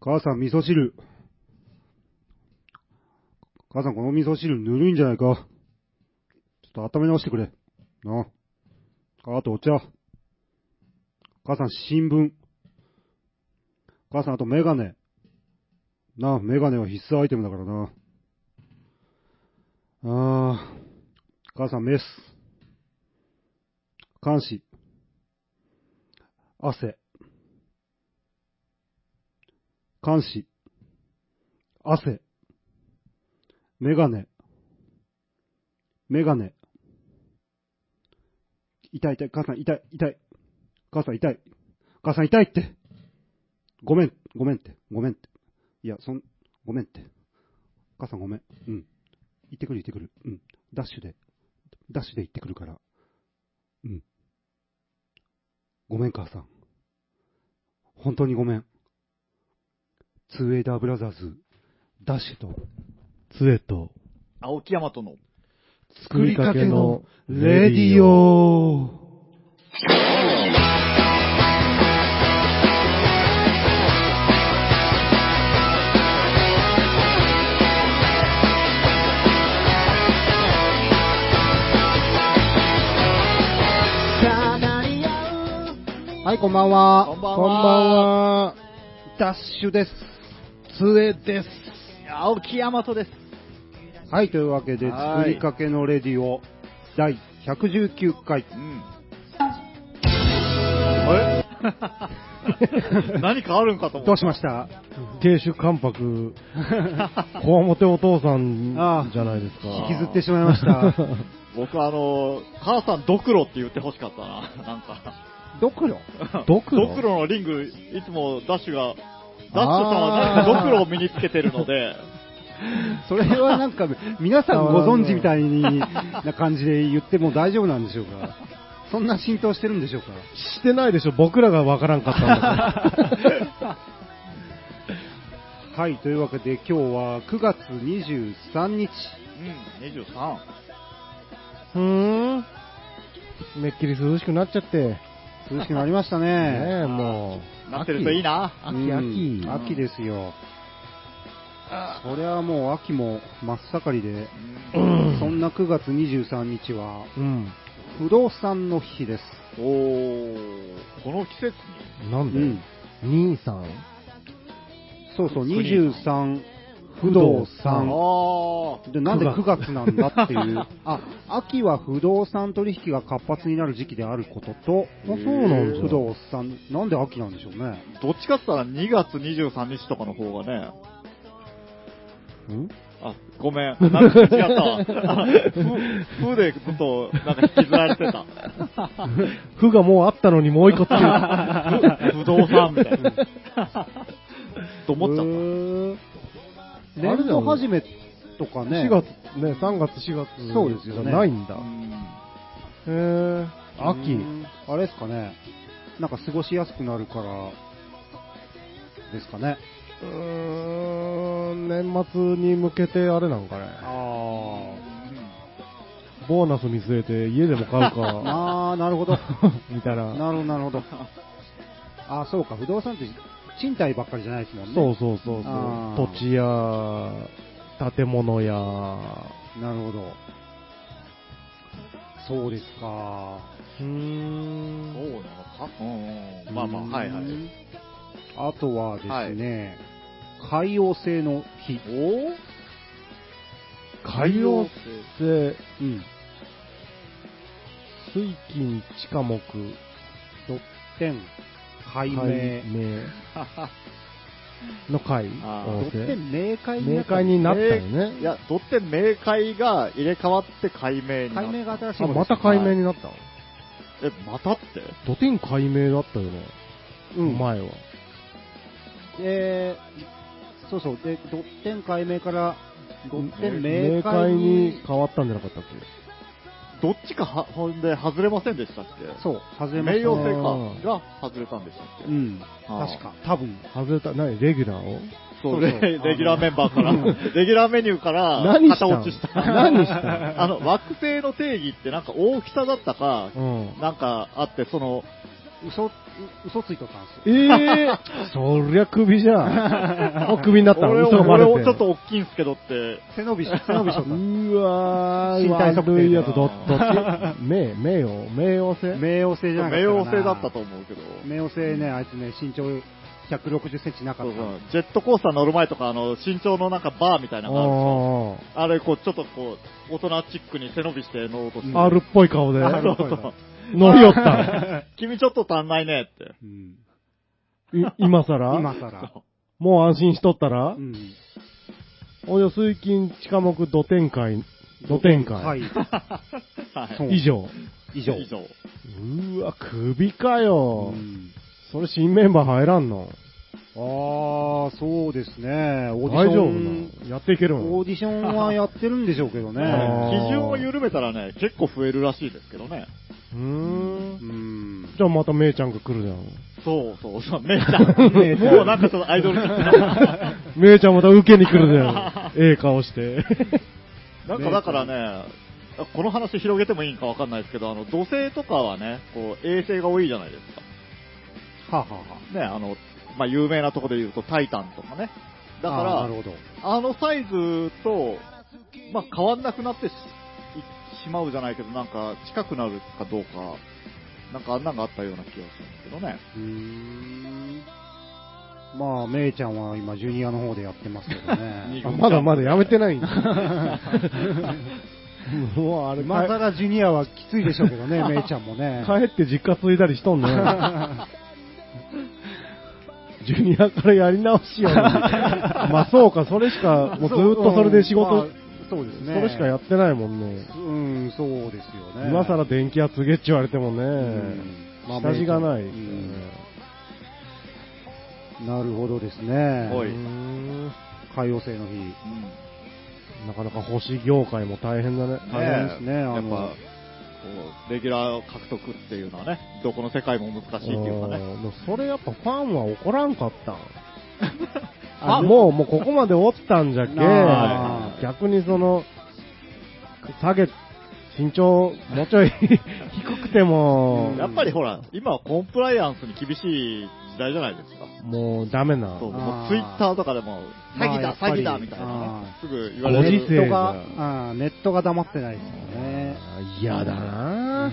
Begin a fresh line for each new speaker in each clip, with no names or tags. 母さん、味噌汁。母さん、この味噌汁ぬるいんじゃないか。ちょっと温め直してくれ。なあ。あとお茶。母さん、新聞。母さん、あとメガネ。なあ、メガネは必須アイテムだからな。あー、母さん、メス。監視。汗。監視。汗。メガネ。メガネ。痛い痛い、母さん痛い、痛い。母さん痛い。母さん痛いって。ごめん、ごめんって、ごめんって。いや、そん、ごめんって。母さんごめん。うん。行ってくる行ってくる。うん。ダッシュで、ダッシュで行ってくるから。うん。ごめん、母さん。本当にごめん。ツーエイダーブラザーズ、ダッシュと、
杖と、
青木山との。
作りかけの、レディオはい、こんばんは。
こんばんは
こんばんは。
ダッシュです。杖です。
青木山とです。
はい、というわけで、
は
作
い
りかけのレディオ、第119回。
うん。え何かあるんかと思った。
どうしました
亭主関 白、こわもてお父さん
ああ
じゃないですか。
引きずってしまいま した。
僕あの、母さんドクロって言ってほしかったな。 なんか。
ドクロ
ドクロ
ドクロのリング、いつもダッシュが、ダッシュさんはなんかドクロを身につけてるので、
それはなん か、皆さんご存知みたいな感じで言っても大丈夫なんでしょうかそんな浸透してるんでしょうか
してないでしょ、僕らがわからんかったんだから。
はい、というわけで今日は9月23日。
うん、23。
ふーん。めっきり涼しくなっちゃって。
涼しくなりましたね。
ねえ、もう。
なってるといいな。
秋
うん
秋
秋ですよ。そりゃもう秋も真っ盛りで、
うん
そんな9月23日は
う、ん。
不動産の日です。
おー、この季節に。
なん
うん
で、兄さん
そうそう、
国
23不動
あ
産。
ー、
で、なんで9
九
月なんだっていう。あ、秋は不動産取引が活発になる時期であることと、
そうなんだ
不動産、なんで秋なんでしょうね。
どっちかって言ったら2月23日とかの方がね、あ、ごめん。なんか違ったわ。ふ、ふでずっと、なんか引きずられてた。
負がもうあったのにもう一個ってい う。
ふ不動産みたいな。と思っちゃっ
へー年度始めとかね。
4月、ね、3月、4月。
そうですよね
ないん
た。
だ
う。ん
へー秋。
うん。あれですかね。なんか過ごしやすくなるから、ですかね。
うーん、年末に向けてあれなんかね。
あ
ボーナス見据えて家でも買う
あ。
か、
ああ、 なるほど。
みたいな。
なるほど、なるほど。あそうか、不動産って賃貸ばっかりじゃないですもんね。
そうそうそう
あ
そ
ー
う。土地や、建物や、
なるほど。そうですか。
うー。
そうんなのかうんうん。まあまあ、はいはい。
うん。あとはですね、海洋性の日。
お
海洋性、
うん。
水金、地下木、
ドッテン、海明。
海明の海
あ
ド
ー
王
ッテ
星。
ン明快にな
明
った
快になったよ
い
ね。
や、とって明快が入れ替わって解明になっ
海明が新しい
あ、
もの
ま
です
た海明になったの
え、またって
土天海明だったよね。
うん
前は。
えーそうそう。で、ドッテン海明から、ドッテン明
明
快
快
に
に、変わったんじゃなかったっけ
どっちかは、ほんで外れませんでしたっけ
そう、外れま
名
した
誉
ね。
性かが外れたんでしたっけ
うん。
あー
確か。多分。
外れた、何レギュラーを
そ、
そうう
レ
そう
レギュラーメンバーから、レギュラーメニューから
何、した
片
ん
落ちした。
何したん
あの、惑星の定義ってなんか大きさだったか、
うん。
なんかあって、その、
嘘嘘ついとったんですよ。
ええー、 そりゃ首じゃん。もう首になったの
俺を
嘘がバレて。
俺を ちょっと大きいんすけどって。
背伸びし、背伸びしとっ
う
たんで
ーわー、
身体測定
悪いやつ、どっど っち名、名誉名誉
す。
性
冥王星じゃなかった
冥
か
王
な。
星だったと思うけど。
冥王星ね、あいつね、身長160センチなか
そ
っ
う
た
そ
の
うジェットコースター乗る前とか、あの、身長のなんかバーみたいなのがあるでしょ
あ
あれ、こう、ちょっとこう、大人チックに背伸びして乗ろうとして。
あ。R っぽい顔で、
あそう
乗
そう
り 寄った。
君ちょっと足んないねって。
うん。
い今さ
今
ら
から。
もう安心しとったら
うん。
およ水金近目土天会、土天
は
会
い。
はい
そう
以上。
以上。
以上。
うーわ、首かよ
う。ん
それ新メンバー入らんの
ああ、そうですね。オーディ
大
ショ
丈夫
ン。
なのやっていける
オー
の
ディションはやってるんでしょうけどね。
あー
基準を緩めたらね、結構増えるらしいですけどね。
うー。
うんん。
じゃあまためいちゃんが来るじゃん。
そうそう そう、めいちゃん。もうなんかちょっとアイドル的な。
めいちゃんまた受けに来るじゃん。ええ顔して。
なんかだからね、この話広げてもいいんかわかんないですけど、あの、土星とかはね、こう、衛星が多いじゃないですか。
はあはあはあ
ね、あの、まあ、有名なところで言うと、タイタンとかね。だか
あーな
ら
る、ほど。
あのサイズと、まあ、変わんなくなってししまうじゃないけど、なんか近くなるかどうか、なんかあんなんがあったような気がするんですけどね。
うーん。まあ、めいちゃんは今、ジュニアの方でやってますけど ね。
あまだまだやめてないんだ。 もうあれ、
今さらジュニアはきついでしょうけど ね、めいちゃんもね。
帰って実家継いだりしとんね。 ジュニアからやり直し よ。まあそうか、それしか、もうずっとそれで仕事、
うんまあそうですね。
それしかやってないもんね。
うん、そうですよね。
今更電気屋継げって言われてもね
ん、
下地がないです
う
よね
ん。なるほどですね。
はいう
ーん
海王星の日。
なかなか星業界も大変だね。
大変ですね
え
あの
やっぱ、こう、レギュラー獲得っていうのはね、どこの世界も難しいっていうかね。
うんでもそれやっぱファンは怒らんかったん
あ
あもう、もうここまでおったんじゃ
あ
け、逆にその、下げ、身長、もうちょい 低くても
うん、
やっぱりほら、今はコンプライアンスに厳しい時代じゃないですか。
もうダメな。
そう、
う
も
あー
うツイッターとかでも、詐欺
まあや
だ、
っぱり
詐欺だ、みたいなね
あ。
すぐ言
ネ
われ
ご
る
時。世
ット
が
が、うんネットが黙ってないですよね。
嫌だ な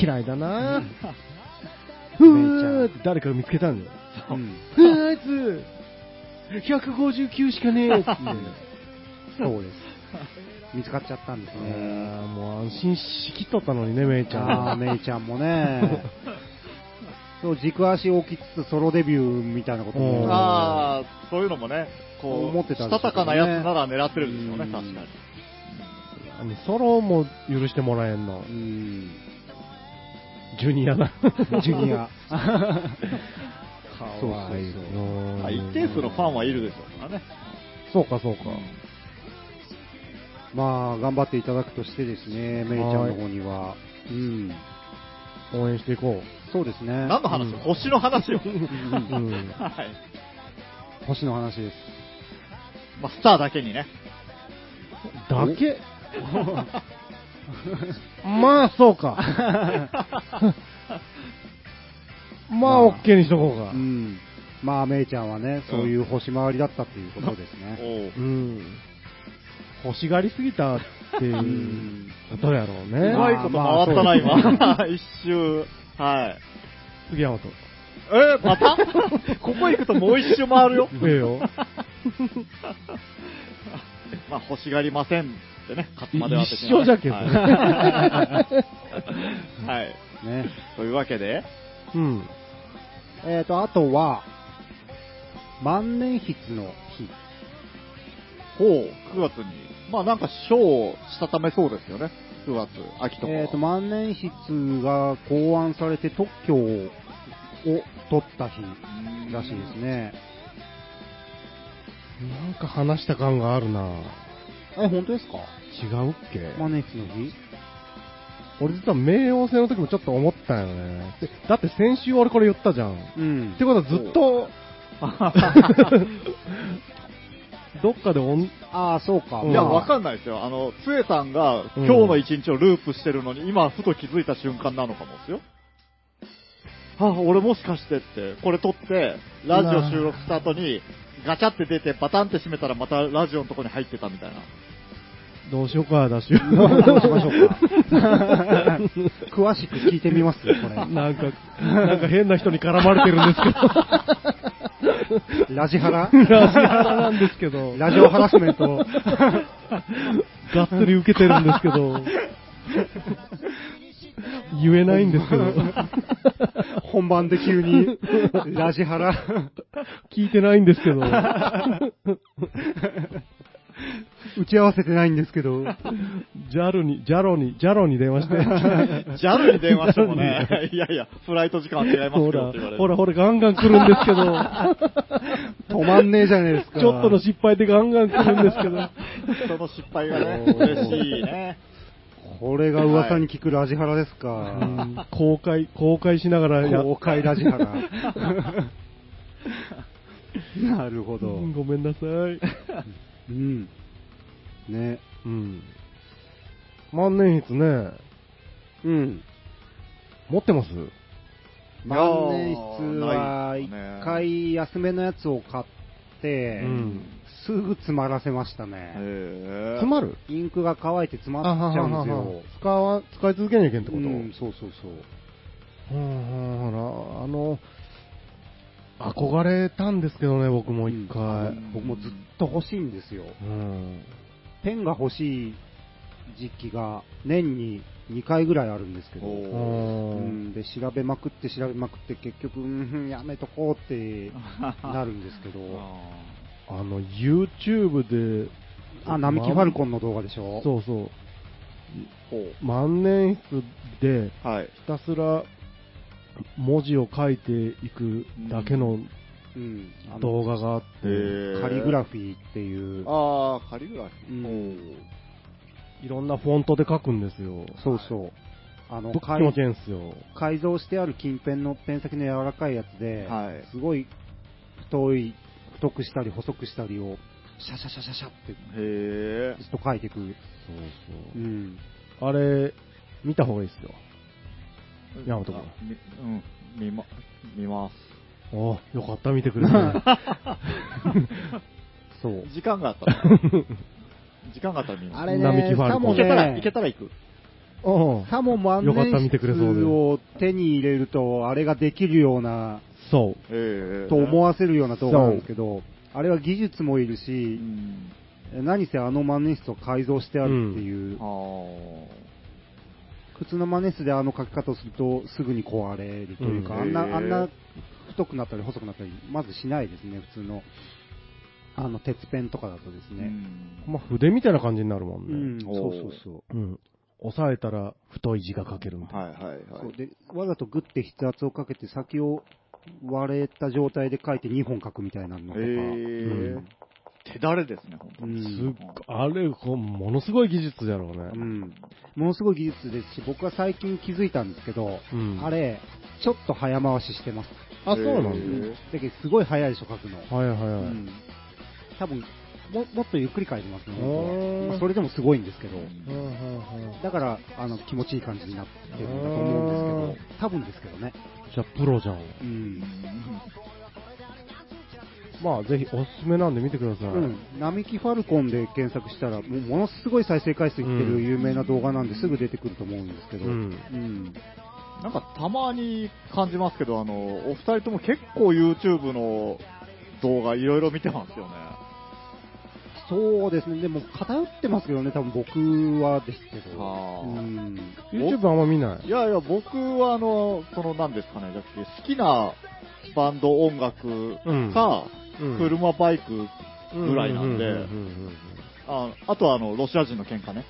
嫌いだなふ
め
ー
い
っ
ち
て誰か見つけたんだよ。
うん
ふーあい つ !159 しかねえ って。
そうです。見つかっちゃったんですね。
あーもう安心しきっとったのにね、めいち
あ
ゃ
あ、
ん。
メイちゃんも ね。そう、軸足を置きつつソロデビューみたいなこと
う
も。
ん
ああ、そういうのもね、こう、
思ってたんでしょうね
したたかなやつなら狙ってるんでしょうね、
うん
確かに。
あのソロも許してもらえんの
う。ん。
ジュニアだ。
ジュニ ア。
か
わいい
まあ、一定数のファンはいるでしょうからね。
そうか、そうか。
まあ、頑張っていただくとしてですね、メイちゃんの方には。うん。
応援していこ
そうですね。
何の話、
うん
星の話を。は
う。うん。
い。
星の話です。
まあ、スターだけにね。
だけまあ、そ うか。まあ、オッケーにしとこうか
う。ん。まあ、メイちゃんはね、そういう星回りだったっていうことです
お
ね。
う
うん。欲しがりすぎたっていうんことやろう
う
ね。
まいこと回ったな、 今。 一周。はい。
杉山と。
えーまた ここ行くともう一周回るよ。
ええよ。
まあ、欲しがりませんってね、勝つまでは
一緒じゃけど
はいはい。
ね。
というわけで、
うん。
えっと、あとは、万年筆の日。
ほう、9月に、まあなんか賞をしたためそうですよね。9月、秋とかは。
えっと、万年筆が考案されて特許を取った日らしい ですね。
なんか話した感があるな
え、本当ですか
違うっけ、
万年筆の日
俺実は冥王星の時もちょっと思ったよね。でだって先週俺これ言ったじゃん。っ
うん
て。ことはずっと、 どっかでおん、
ああ、そうか。
うん
いや、
まあ
わかんないですよ。あの、つえさんが
うん
今日の一日をループしてるのに、今、ふと気づいた瞬間なのかもですよ。あ、俺もしかしてって、これ撮って、ラジオ収録した後に、ガチャって出て、バタンって閉めたら、またラジオのとこに入ってたみたいな。
どうしようか、ダッシュ。
どうしましょうか。 詳しく聞いてみますこれ。
なんか、なんか変な人に絡まれてるんです
ラジハラ
けど。ラジハラなんですけど。
ラジオハラスメン ト。
がっつり受けてるんですけど。言えないんです けど。
本番で急 に、ラジハラ。
聞いてないんですけど。
打ち合わせてないんですけど。
ジャルに、ジャロに、ジャロに電話して。
JAL に電話してもね、いやいや、フライト時間は違います
ほ
けどっ
ら
て言われ、る。
ほらほら、ガンガン来るんです けど、
止まんねえじゃねえですか。
ちょっとの失敗でガンガン来るんですけど、
人の失敗がね、
おー
嬉しいね。
これが噂に聞くラジハラですか。
うん公開、公開しながらや
公開ラジハラ。なるほど。
ごめ んなさい。
うん。ね。
うん。万年筆ね、
うん。
持ってます
万年筆は、
な
一
いですね
回安めのやつを買って、
うん
すぐ詰まらせましたね。
へー
詰まる
インクが乾いて詰まっちゃうんです
あはは
よ
は。使わ、使い続けなきゃいけんってこ
う
と
ん、そうそうそう。
うん、うん、ほら、あの、憧れたんですけどね、僕も一回。
ん
僕もずっと欲しいんですよ。
うん。
ペンが欲しい時期が年に2回ぐらいあるんですけど、
おー
うん、で調べまくって調べまくって結局、うん、やめとこうってなるんですけど、
あ
あの、YouTube で、
あ、並木ファルコンの動画でしょ
そうそう。
ーほ
万年筆で
うはい。
ひたすら文字を書いていくだけの
う。ん。あの
動画があって、
カリグラ
フ
フィーっていう、
ああ、カリグラフィ
うん
ー。
いろんなフォントで書くんですよ。
そうそう。あの、
僕気持ちいいんですよ。
改造してある近辺のペン先の柔らかいやつで、
はい
すごい太い、太くしたり細くしたりを、シャシャシャシャシャって、
へえ。
ずっと書いていく。
そう
う
そ
ん。
う。あれ、見た方がいいですよ。山本君
あみうん、見ま、見ます。
およかった、見てくれ て。う
そう。
時間があったら。 時間があったら見ます。
あれ
並
ね、
木ファル
さ
コ
も
ン
行けたら、
ね
行、けたら行く。
ん。
さも万
よかった見
年
てくれそうで
筆を手に入れると、あれができるような、
そう。
ええ。
と思わせるような動画なんですけど、あれは技術もいる
う
し、
ん。
何せあの万年筆を改造してあるっていう、
あ
普通の万年筆であの書き方をすると、すぐに壊れるというか、
うん
あん
へー
な、あんな太くなったり細くなったり、まずしないですね、普通の、あの、鉄ペンとかだとです
あ。
ね。
まあ、筆みたいな感じになるもん
う
ね。
ん、
ね
そうそうそう。
うん。押さえたら太い字が書けるみたいな。
はいはいは
そう
い。
でわざとグッて筆圧をかけて先を割れた状態で書いて2本書くみたいなのとか、
え
う
え
ん。
手だれですね、本当
うん
に。
すっごあれ、こうものすごい技術だろうね。
うん、ものすごい技術ですし僕は最近気づいたんですけど、
うん
あれちょっと早回ししてます、
あ、そうな
へ
ん
ー
だ。
だけどすごい早いでしょ書くの、
はいうは
ん、多分ももっとゆっくり書いてますね、
へー
まあそれでもすごいんですけど
い。うんうんうん
だからあの気持ちいい感じになってるんだと思うんですけど多分ですけどね、
じゃあ、プロじゃん。
うん
まあ、ぜひおすすめなんで見てください。
うん、並木ファルコンで検索したら、もうものすごい再生回数いって
う
る
ん
有名な動画なんですぐ出てくると思うんですけど、
う
うん
ん
なんかたまに感じますけど、あの、お二人とも結構 YouTube の動画いろいろ見てますよね。
そうですね、でも偏ってますけどね、多分僕はですけど、
あー
うん、
YouTube あんま見ない
い。やいや、僕はあの、その何ですかね、だって好きなバンド音楽
うん
か、
うん
車バイク、ぐらいなんで
うううん
ああとはあの、ロシア人の喧嘩ね。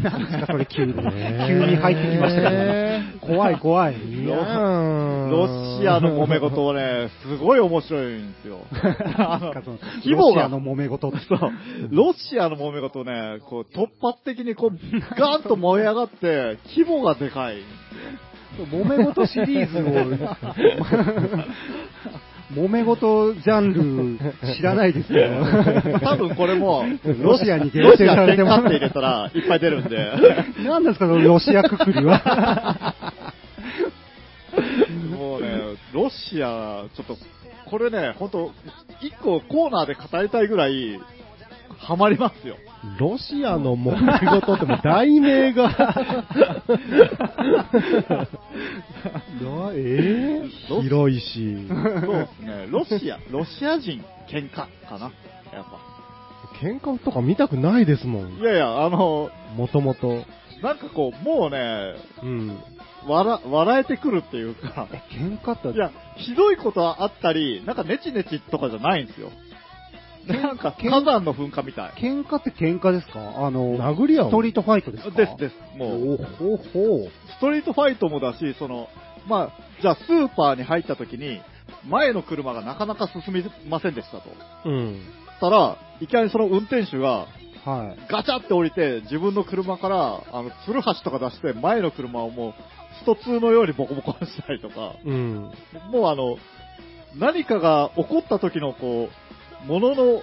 なんですか、それ急に、急
ねえ
に入ってきましたけど、 怖い、怖い、
うんいやー
ロシアの揉め事は ね、すごい面白いんですよ。あ
な
の
んかその
規模
ロシア
が、
の揉め事って、
そう、ロシアの揉め事ね、こう突発的に こう、ガーンと燃え上がって、規模がでかい。
揉め事シリーズ を、揉め事ジャンル知らないですけ ど、
多分これも、
ロシアに限
ロシ
定
ア
され
喧
て
嘩
ま
って入
す。
れたら、いっぱい出るんで。
なんですか、そのロシアくくりは。
もうね、ロシア、ちょっと、これね、本当一個コーナーで語りたいぐらい、ハマりますよ。
ロシアの揉め事ってもう題名が。なえー、広いし。
そうですね、 ロシア、ロシア人喧嘩かな、やっぱ。
喧嘩とか見たくないですもん
い。やいや、あの、
もともと。
なんかこう、もうね、
うん。
笑、笑えてくるっていう か、
喧嘩って
いや、ひどいことはあったり、なんかネチネチとかじゃないんですよ。なんか火山の噴火みたい。
喧嘩って喧嘩ですかあの、
殴り合う
ストリートファイトですか
ですです、もう。
おほほ
ストリートファイトもだし、その、まあ、じゃあスーパーに入った時に、前の車がなかなか進みませんでしたと。
うん。
たら、いきなりその運転手が、
はい。
ガチャって降りて、自分の車から、あの、ツルハシとか出して、前の車をもう、スト2のようにボコボコにしたりとか、
うん。
もうあの、何かが起こった時の、こう、ものの、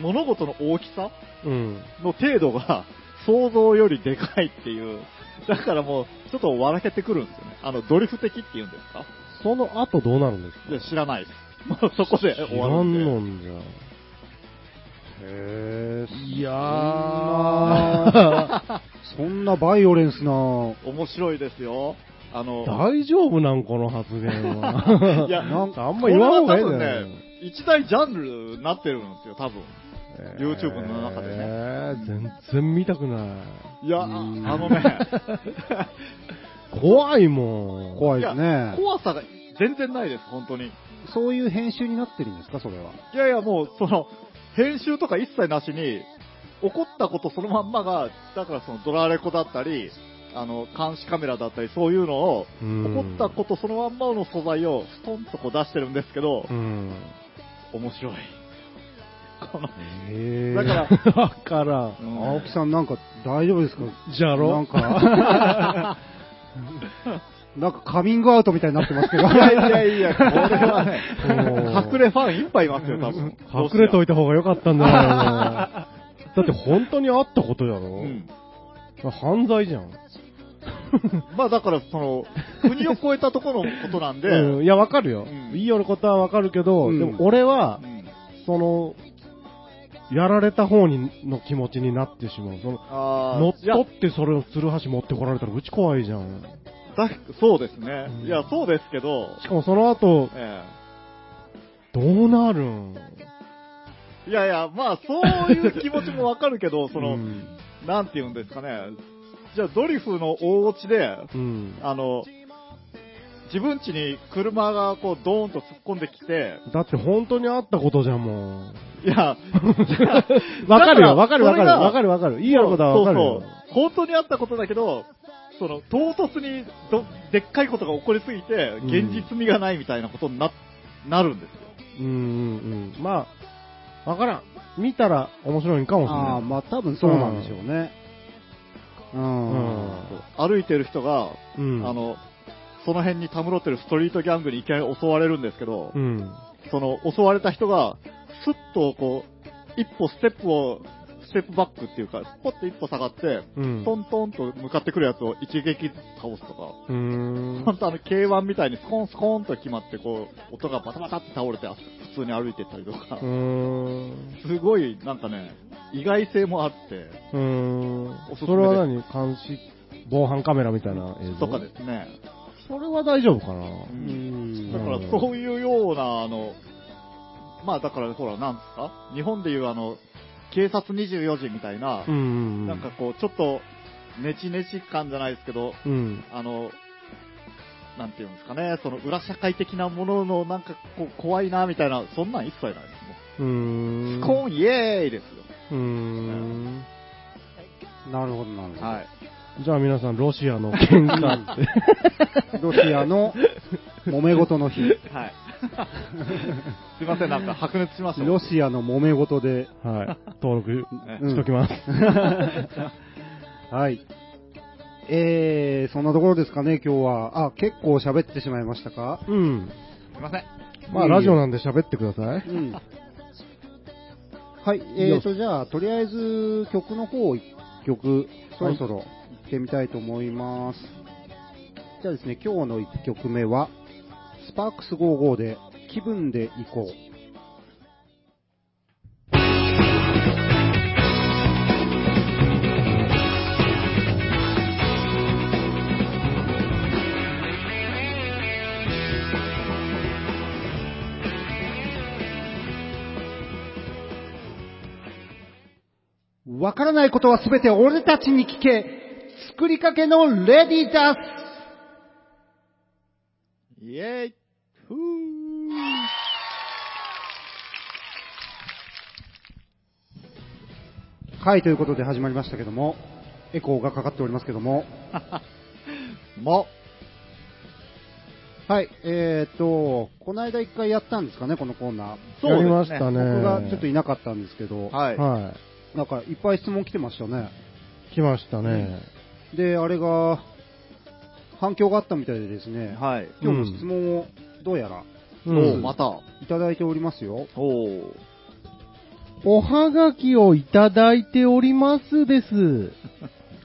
物事の大きさ
うん。
の程度が 想像よりでかいっていう、だからもうちょっと笑けてくるんですよね。あの、ドリフ的って言うんですか
その後どうなるんですか
いや、知らないです。 もうそこで終わるんで。
知らんのんじゃ。
へえ。
いやー
ー、そんなバイオレンスな、
面白いですよ。あの、
大丈夫なんこの発言は。
いや
なんかあんま言わん方がいいん
これ
だ
は多
よ
分。ね、一大ジャンルになってるんですよ、多分。
えー
YouTube の中でね
えー全然見たくない
や、あ
うん
のね、
い。 怖いもん。
怖
い
いで
や
すね。
怖さが全然ないです、本当に。い
そういう編集になってるんですか、それは。
やいや、もう、その、編集とか一切なしに、起こったことそのまんまが、だからそのドラレコだったり、あの、監視カメラだったり、そういうのを、
うん
起こったことそのまんまの素材をストンとこう出してるんですけど、
うん。
面白い。この、
へ
だから、
わからん。
うん
青木さんなんか大丈夫ですか
じゃろ
なんか、 なんかカミングアウトみたいになってますけど。
いやいやいや、これはね
うん、
隠れファンいっぱいいますよ、多分。
隠れと
い
いた方が良かったんだよ。だって本当にあったことやろ。
うん。
犯罪じゃん。
まあだから、その、国を越えたところのことなんで、
うんいや、わかるよ。
うん
言いよることはわかるけど、
うん
でも俺は
う、ん
その、やられた方にの気持ちになってしまう。その
あー
乗っ
いや
取ってそれをツルハシ持ってこられたらうち怖いじゃん。
だそうですね
う。ん
いや、そうですけど、
しかもその後、
え
どうなるん
えいやいや、まあそういう気持ちもわかるけど、その、
うん
なんて言うんですかね、じゃあドリフの大落ちで、
うん
あの、自分家に車がこうドーンと突っ込んできて、
だって本当にあったことじゃん、もう。
いや、
わかるよ、わかるわ
そ
かる。
れが
わかるわかる。いいやることはわかるよ。
そう本当にあったことだけど、その唐突にどでっかいことが起こりすぎて、
うん
現実味がないみたいなことにな,、なるんですよ。
うんうんうん。まあ、わからん。見たら面白いんかもしれ
ああ、
な
まあ多分そうなんでしょうね。う
うん
ん。
歩いてる人が、
い。うん。
あ、のその辺にたむろってるストリートギャングにいきなり襲われるんですけど、
うん。
その襲われた人が、スッとこう、一歩ステップを、ステップバックっていうか、ポッと一歩下がって、
うん。
トントンと向かってくるやつを一撃倒すとか、
うーん。
本当あの K1 みたいにスコンスコンと決まってこう、音がバタバタって倒れて、普通に歩いてったりとか
うー、ん。
すごいなんかね、意外性もあって、
うー
お
ん。
すすめです
それは何監視、防犯カメラみたいな映像
とかですね。
それは大丈夫かな
う
うんん
だから
うん
そういうような、あの、まあだからほら、なんですか日本でいうあの、警察24時みたいな、
うんうん。
なんか、こう、ちょっと、ネチネチ感じゃないですけど、
うん。
あの、なんていうんですかね、その裏社会的なもののなんかこう怖いなみたいな、そんなん一切ないです
うー
も
ん。
う。スコーンイエーイですよ。
うーん。
なるほど、なるほど。
はい。
じゃあ皆さん、ロシアの喧嘩って。
ロシアの揉め事の日。
はい。 すいません、なんか白熱しました。
ロシアの揉め事で。
はい。登録
ね
しときます。
はい。えー、そんなところですかね、今日は。あ、結構喋ってしまいましたか
うん。
すいません。
まあ、ラジオなんで喋ってください。
うん。はい、えーと、じゃあ、とりあえず曲の方を一曲、そろそろ行ってみたいと思います。じゃあですね、今日の1曲目は、スパークス55で気分で行こう。わからないことはすべて俺たちに聞け作りかけのレディーダス
イェーイふー
はい、ということで始まりましたけども、エコーがかかっておりますけども、
も、
はい、えーっと、この間一回やったんですかね、このコーナー。
そうですね
やりましたね。
僕がちょっといなかったんですけど、
はい。
は
なんかいっぱい質問来てましたね。
い。来ましたね。
で、あれが、反響があったみたいでですね、
はい。
今日も質問をどうやら
う
おうんまた。
いただいておりますよ。
おー。
おはがきをいただいておりますです。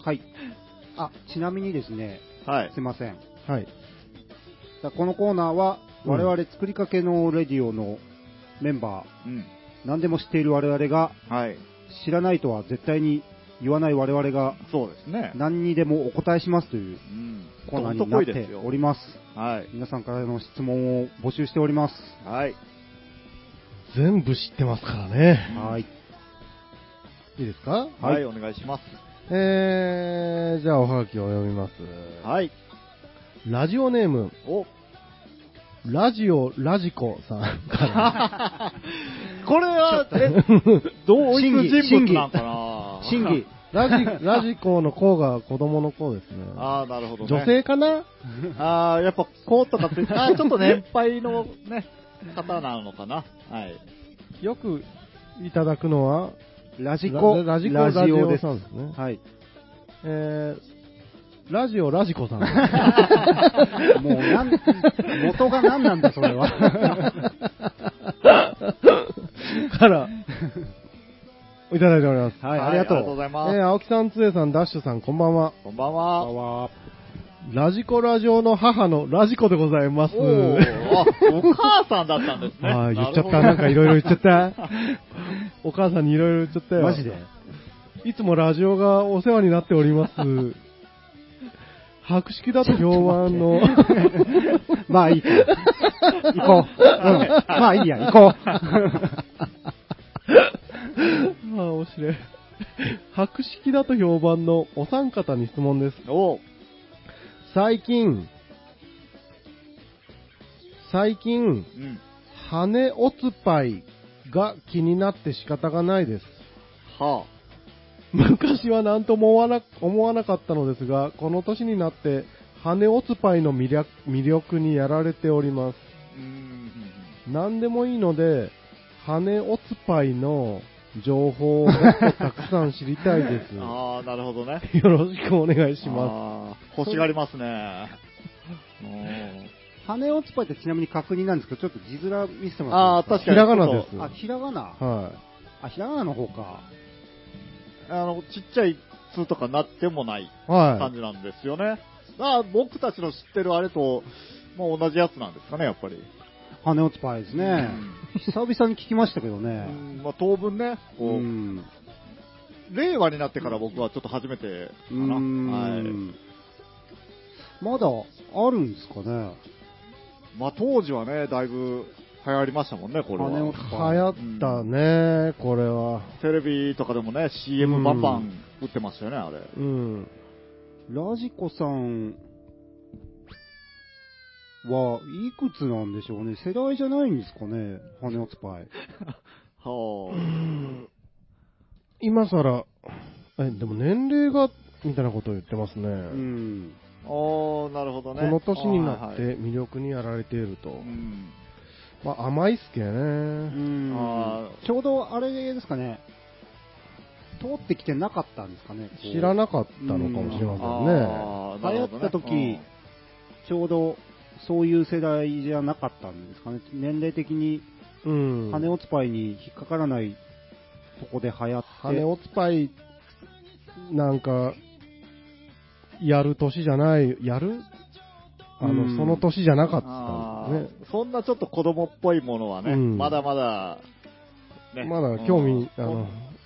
はい。あ、ちなみにですね、
はい
す。いません。
はい。
だこのコーナーは、
うん
我々作りかけのレディオのメンバー、
うん。
何でも知っている我々が、
はい。
知らないとは絶対に言わない我々が
そうですね。
何にでもお答えしますという
うん。
コーナー
ど
に
ん
な
と
っ
来いです
て
よ
おります。
はい。
皆さんからの質問を募集しております。
はい。
全部知ってますからね。
はい。
いいですか
はい
はい、お願いします。
えー、じゃあおはがきを読みます。
はい。
ラジオネーム、
お、
ラジオラジコさん か
これは、え、どういう人物なんかな
審議。
ら。ラジ、ラジコの子が子供の子ですね。
ああ、なるほどね。
女性かな
ああ、やっぱ、こうとかって、 あーちょっと年配のね、方なのかな。はい。
よくいただくのは、
ラジコ、
ララジコラジオ
です
さ。んですね。
はい。
えー、ラジオラジコさん。
もうなん、元が何なんだ、それ は。
から、いただいております。
はい、ありがとう。
ござい
え
ます。
ー、青木さん、つえさん、ダッシュさん、こんばんは。
こんばん
こんば
は。
んは
ラジコラジオの母のラジコでございます。
おおー、あお母さんだったんですね。
ああ、言っちゃった。
な
なん
る
かいろいろ言っちゃった。お母さんにいろいろ言っちゃったよ。
マジで。
いつもラジオがお世話になっており ます。白色だと評判の、
まあいいか。行こう。うん。まあいいや、行こ
ああ、おしれ。白色だと評判のお三方に質問です。
ほど おー
最近、最近、
うん。
羽おつぱいが気になって仕方がないです。
は
昔は何とも思わな思わなかったのですが、この年になって、羽おつぱいの魅力魅力にやられております。
あ。うーん。
何でもいいので、羽おつぱいの情報をもっとたくさん知りたいです。
ああ、なるほどね。
よろしくお願いしま
ます。欲しがりますね。
う。 羽をつぱいってちなみに確認なんですけど、ちょっと字面見せてもら
ああ
っ
ー、
ていい
確かに。
ひらがなです
ですかあ、ひらがな
す。。は
あ、ひらがなの方か。
あの、ちっちゃい「つ」とかなってもない
い。は
感じなんですよね。まあ、僕たちの知ってるあれと、まあ、同じやつなんですかね、やっぱり。
羽をつぱいですね。久々に聞きましたけど
う
ね。
ん、まあ、当分ね、
う
こう、
ん。
令和になってから僕はちょっと初めてか
う
な。
ん
はい。
まだあるんですかね。
まあ、当時はね、だいぶ流行りましたもんね、これ
羽を
は
つ。
い。流行ったね、これは。
テレビとかでもね、CM バンバン打ってましたよね、あれ。
うん。
ラジコさんはいくつなんでしょうね。世代じゃないんですかね。羽をつぱい。
は
今さら、え、でも年齢が、みたいなことを言ってますね。
うん。
あ。おー、なるほど
こ
ね。
の年になっ
あーはいはい
て魅力にやられていると。
うん。
まあ、甘いっすけど
う
ね。
ん
あ。
ちょうどあれですかね。通ってきてなかったんですかね。
知ら
な
なかったのかもしれませ
あー
流行っ
なるほどね
た時、ちょうどそういう世代じゃなかったんですかね。年齢的に
んね。うん。
羽をつぱいに引っかからないとこで流行って。
羽をつぱい、なんか、やる年じゃない、やるあ
うん
の、その年じゃなかった
あ
んです
ーそんなちょっと子供っぽいものはね、
うん
まだまだ、ね
ね。まだ興味、
う
あ
ん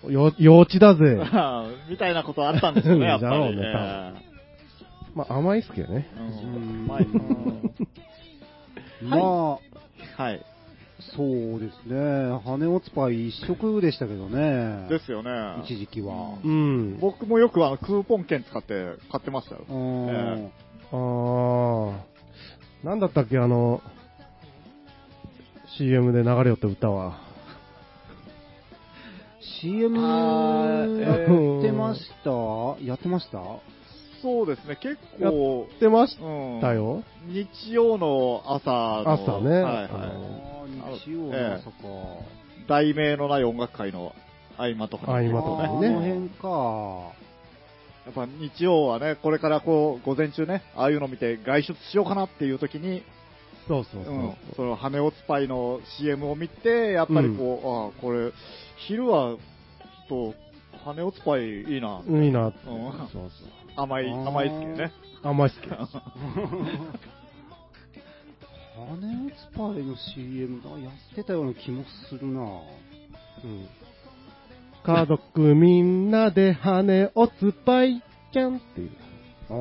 の、よ幼稚だぜ。
みたいなことあったんですよね、やっぱ
だろう
り。
ね多まあ、甘いっすけどね。
うん
うん
まあうん
まあ、
はい。
そうですね。羽オツパイ一色でしたけどね。
ですよね。
一時期は。
うん。
僕もよくあのクーポン券使って買ってましたよ。
うん
え
あー、なんだったっけ、あの、CM で流れよった歌は。
CM
あー
や
え
ー
ってましたやってました
そうですね、結構、
出まし
うん
たよ。
日曜の朝の
朝ね
はいは
あの
あ
の
ー日曜の朝か。
い、題名のない音楽会の合間とか
合
に
間と
あ
か
ー
にね
あの辺か。
やっぱ日曜はね、これからこう、午前中ね、ああいうの見て外出しようかなっていう時に、
そうそううそう。
ん、その羽オスパイの CM を見て、やっぱりこう、ああ、これ、昼は、ちょっと、羽オスパイいいな、
いいなって。
うん
そう
甘い、
あー
甘いっすけどね。
そう。甘いっすけど。
羽根スパイの CM だやってたような気もするな
うん家族みんなで羽をつぱいちゃんっていう。
あー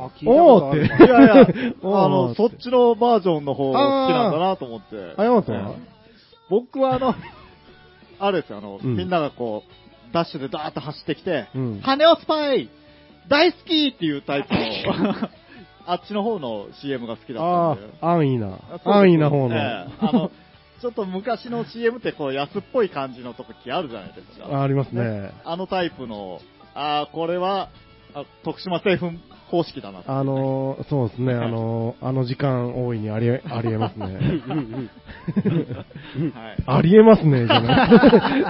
あ
あ聞いたことある
ーいやいや、あ
おー
の、そっちのバージョンの方が好きなんだなと思って。
あ、山本は
僕はあの、あれですよ、あの、
うん
みんながこう、ダッシュでダーッと走ってきて、
うん。
羽をスパイ大好きっていうタイプ の、あっちの方の CM が好きだった
あ
んで。
あ、安易な
あ。そうです
安易な方の。
ええあの、ちょっと昔の CM ってこう安っぽい感じの時あるじゃないですか。
あありますね。
あのタイプの、ああ、これは、あ徳島製粉方式だなって
あのー、そうですね、あのー、あの時間大いにありえ、ありえます ね。
うん うん
はい。
ありえますね、じ ゃなくて。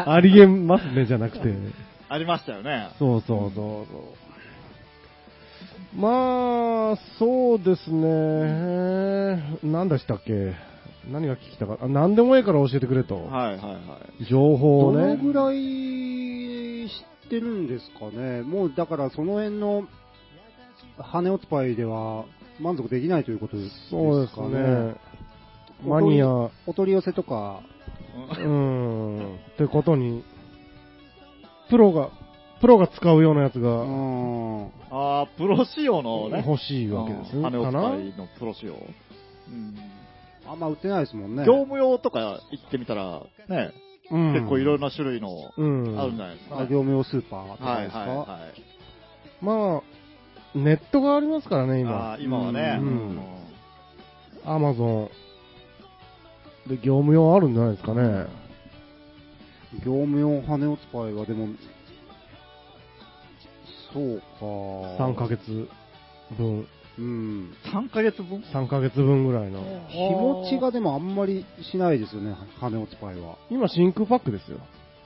ありえますね、じゃなくて。
ありましたよね。
そうそうそうそう。まあ、そうですね。何でしたっけ何が聞きたかあ何でもいいから教えてくれと。
はいはいはい。
情報
ど
を
の
ね。
ぐらい知ってるんですかねもうだからその辺の羽オツパイでは満足できないということですかね
そうですね。マニア、う
お取り寄せとか
うん
ん、ってことに、プロが、プロが使うようなやつ
う
が
ん
ああ、プロ仕様のね。
欲しいわけです
うん
ね。
羽
か
を
な
使いのプロ仕様。うん
あんま売ってないですもんね
業務用とか行ってみたら、ね、
うん
結構いろいろな種類の
うん。
あるんじゃないですか
あ
ね。
業務用スーパーとか
はい
ですか、
はいはい。
まあ、ネットがありますからね、
今
今。
今はね、
うん
うん
アマゾン。で、業務用あるんじゃないですかね。
業務用羽オツパイはでもそうか
3ヶ月分、
うん
3ヶ月分
3ヶ月分ぐらいの。
日持ちがでもあんまりしないですよね羽オツパイは
今、真空パックですよ。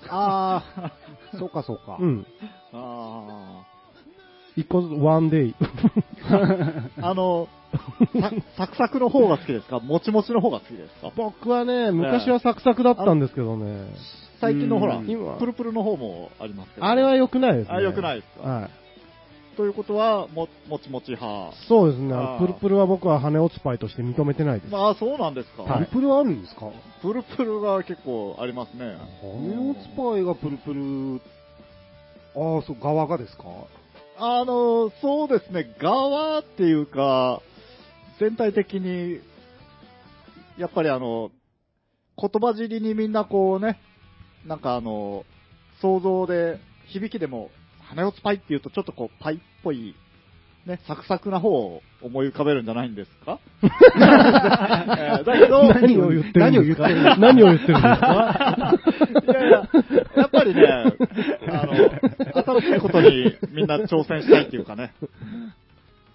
ああ そうかそうか、
うん。
あ
1個ずつ、ワンデイ。
ーあの、さサクサクの方が好きですかもちもちの方が好きですか
僕はね、昔はサクサクだったんですけどね。
最近のほら、
うん
今
プルプルの方もありますけど。
あれは良くないですね。
あ良くないですか
はい。
ということは、も、もちもち派。
そうですね。
あー
プルプルは僕は羽落ちパイとして認めてないです。
まあ、そうなんですか。
はい
プルプルあるんですか
プルプルが結構ありますね。
羽オツパイがプルプルああそう側がですか
あの、そうですね、側っていうか、全体的に、やっぱりあの、言葉尻にみんなこうね、なんかあの、想像で、響きでも、羽をつパイって言うとちょっとこう、パイっぽい、ね、サクサクな方を思い浮かべるんじゃないんですか えーだけど、
何を言ってるんですか何を言ってるんですか
いやいや、やっぱりね、あの、新しいことにみんな挑戦したいっていうかね。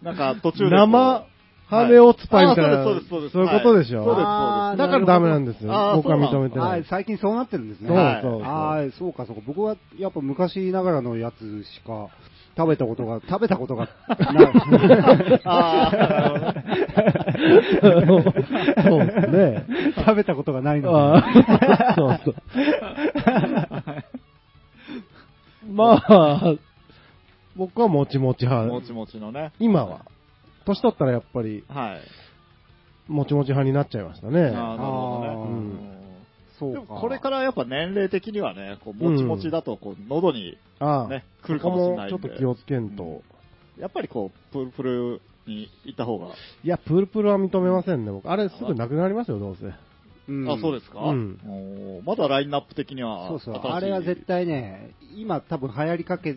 なんか途中でこう。
生 羽落ちパイみたいな。
あそうですそうです
そういうことでしょ。
はいそうです
あー
だからダメなん
なる
ですよ
あー。
僕は
そうなの
認めて
ほど
な
あ
い
ー。最近そうなってるんですね
そう
はい
そうそう。
ああ、そうか、そうか。僕は、やっぱ昔ながらのやつしか、食べたことが、食べたことが ない。
あー
そうですね。
食べたことがないので。
あーそうそう。 まあ、僕はもちもち
も
派。
ちもちのね。
今は。年取ったらやっぱり、
はい。
もちもち派になっちゃいましたね。
あーなるほどね。
う
そう
で
か。
もこれからやっぱ年齢的にはね、こうもちもちだとこう喉に
ああ、
ね、来
そ
るか
こ
もしれ
も
ない
ちょ
ん
っと
で、
気をつけんと。
やっぱりこうプルプルに行った方が、
いや、プルプルは認めませんね、僕。あれ、すぐなくなりますよ、どうせ。
うん、
あそうですか、
うん
おーまだラインナップ的には
そう
新しい
そう。あれは絶対ね、今多分流行りかけ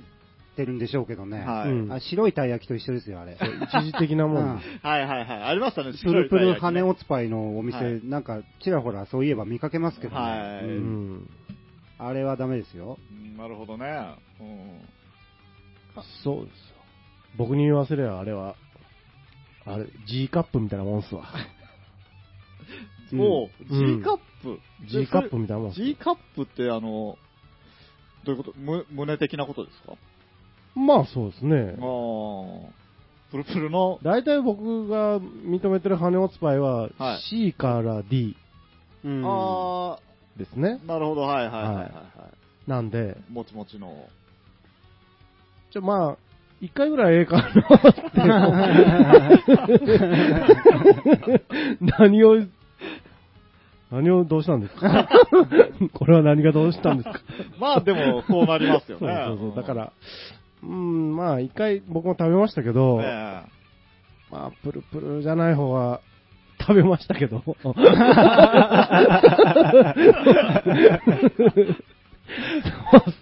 てるんでしょうけどね。
はい、
うん
あ白いたい焼きと一緒ですよ、あれ。
一時的なもんで
はいはいはいありましたね
プルプル羽
羽
オツパイのお店、
はい
なんかちらほらそういえば見かけますけどね、
はい
す。う
うん
ん。
あれはダメですよ。
なるほどね、うん
そうですよ。僕に言わせれば、あれは、あれ、G カップみたいなもんっ すわ。
うん
もう、
うん
G カップ。
G カップみたいなもんっす
G カップって、あの、どういうことむ胸的なことですか
まあ、そうです
あ
ね。
あ。プルプルの、
大体僕が認めてる羽落ちパイは
はい
C から D
うん
あ
ですね
あ、。なるほど、はいはいはいはい。は
なんで、
い、もちもちの。
ちょ、まあ、一回ぐらいええかな って。 何を、何をどうしたんですか これは何がどうしたんですか
まあでも、こうなります
そう
よ
そ
ね。
うそう。だか、ら、うん、まあ一回僕も食べましたけど、
ね
まあプルプルじゃない方は 食べましたけど。そうで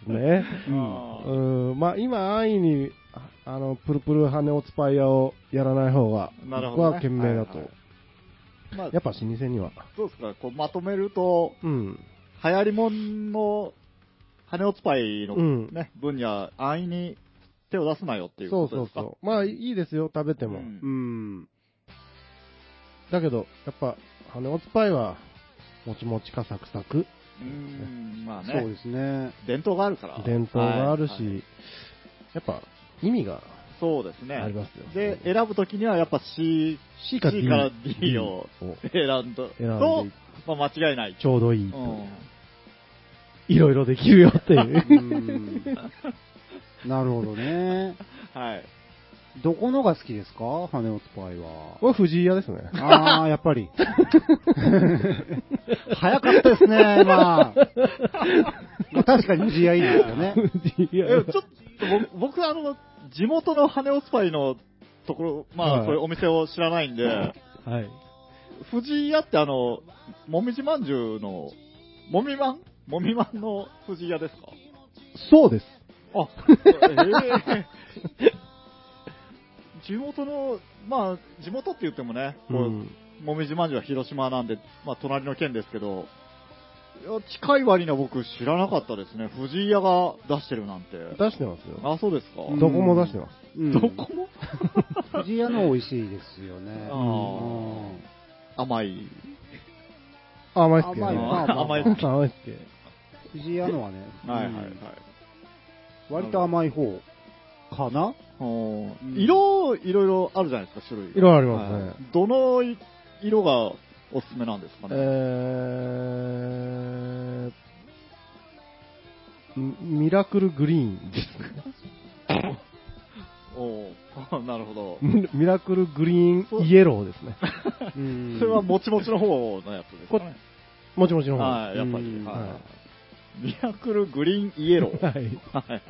すね。
え、あー
うん、まあ今安易に、ああの、プルプル羽をスパイヤーをやらない方が、
なるほ
僕
ど、ね。
は賢明だと。
はいはいまあ、
やっぱ老舗には。
どうですか、こうまとめると、
うん。
流行りもんの、羽オツパイの
うん
ね、分には安易に手を出すなよっていう
そ
こ
うそ
とで
う
すか。
そう。まあいいですよ、食べても。
うん
うん。
だけど、やっぱ、羽をスパイは、もちもちかサクサク。
うーん、まあね。
そうですね。
伝統があるから。
伝統があるし、
はいはい
やっぱ意味が
そうですね。
ありますよ。
で、選ぶときにはやっぱ C
C か D,
C から D を
を
選んだ
選ん
と
で、
まあ、間違いない。
ちょうどいいと
う
い
ん
う、いろいろできるよっていう う。
んなるほどね。
はい。
どこのが好きですか羽オツパイは
こ。れ藤井 屋ですね。
ああ、やっぱり。 早かったですね、今。まあ、確かに藤井はいいですよね。
藤井
え
屋
ちょっと僕、僕あの、地元の羽オスパイのところ、まあ、
はい
そういうお店を知らないんで、
はい。
藤井屋ってあの、もみじまんじゅうの、もみまんもみまんの藤井屋ですか
そうです。
あ、ええ地元の、まあ、地元って言ってもね、こう
うん
もみじまんじゅうは広島なんで、まあ、隣の県ですけど、いや近い割には僕知らなかったですね。藤井屋が出してるなんて。
出してますよ。
あ、そうですか。
うん
どこも出してます。
うん
どこも
藤井屋の美味しいですよね。
あ甘い。
甘いっすけど
甘い
ね。
まあまあ
甘い。はい
甘いっすけ
う
ど。
ん藤井屋のはね、
はいは
う
い
ん。割と甘い方かな
お
うん
ー色、いろいろあるじゃないですか、種類が。
色ありますね
はいどのい色がおすすめなんですか
え
ね。
ー、ミミラクルグリーン です
おー なるほど。
ミミラクルグリーンイエローですね。
うん
それはもちもちの方のやつですかね。
もちもちの方。
はい、やっぱ
う
り。
ん
は
はい。ミラクルグリーンイエロー。
はい。
はいはい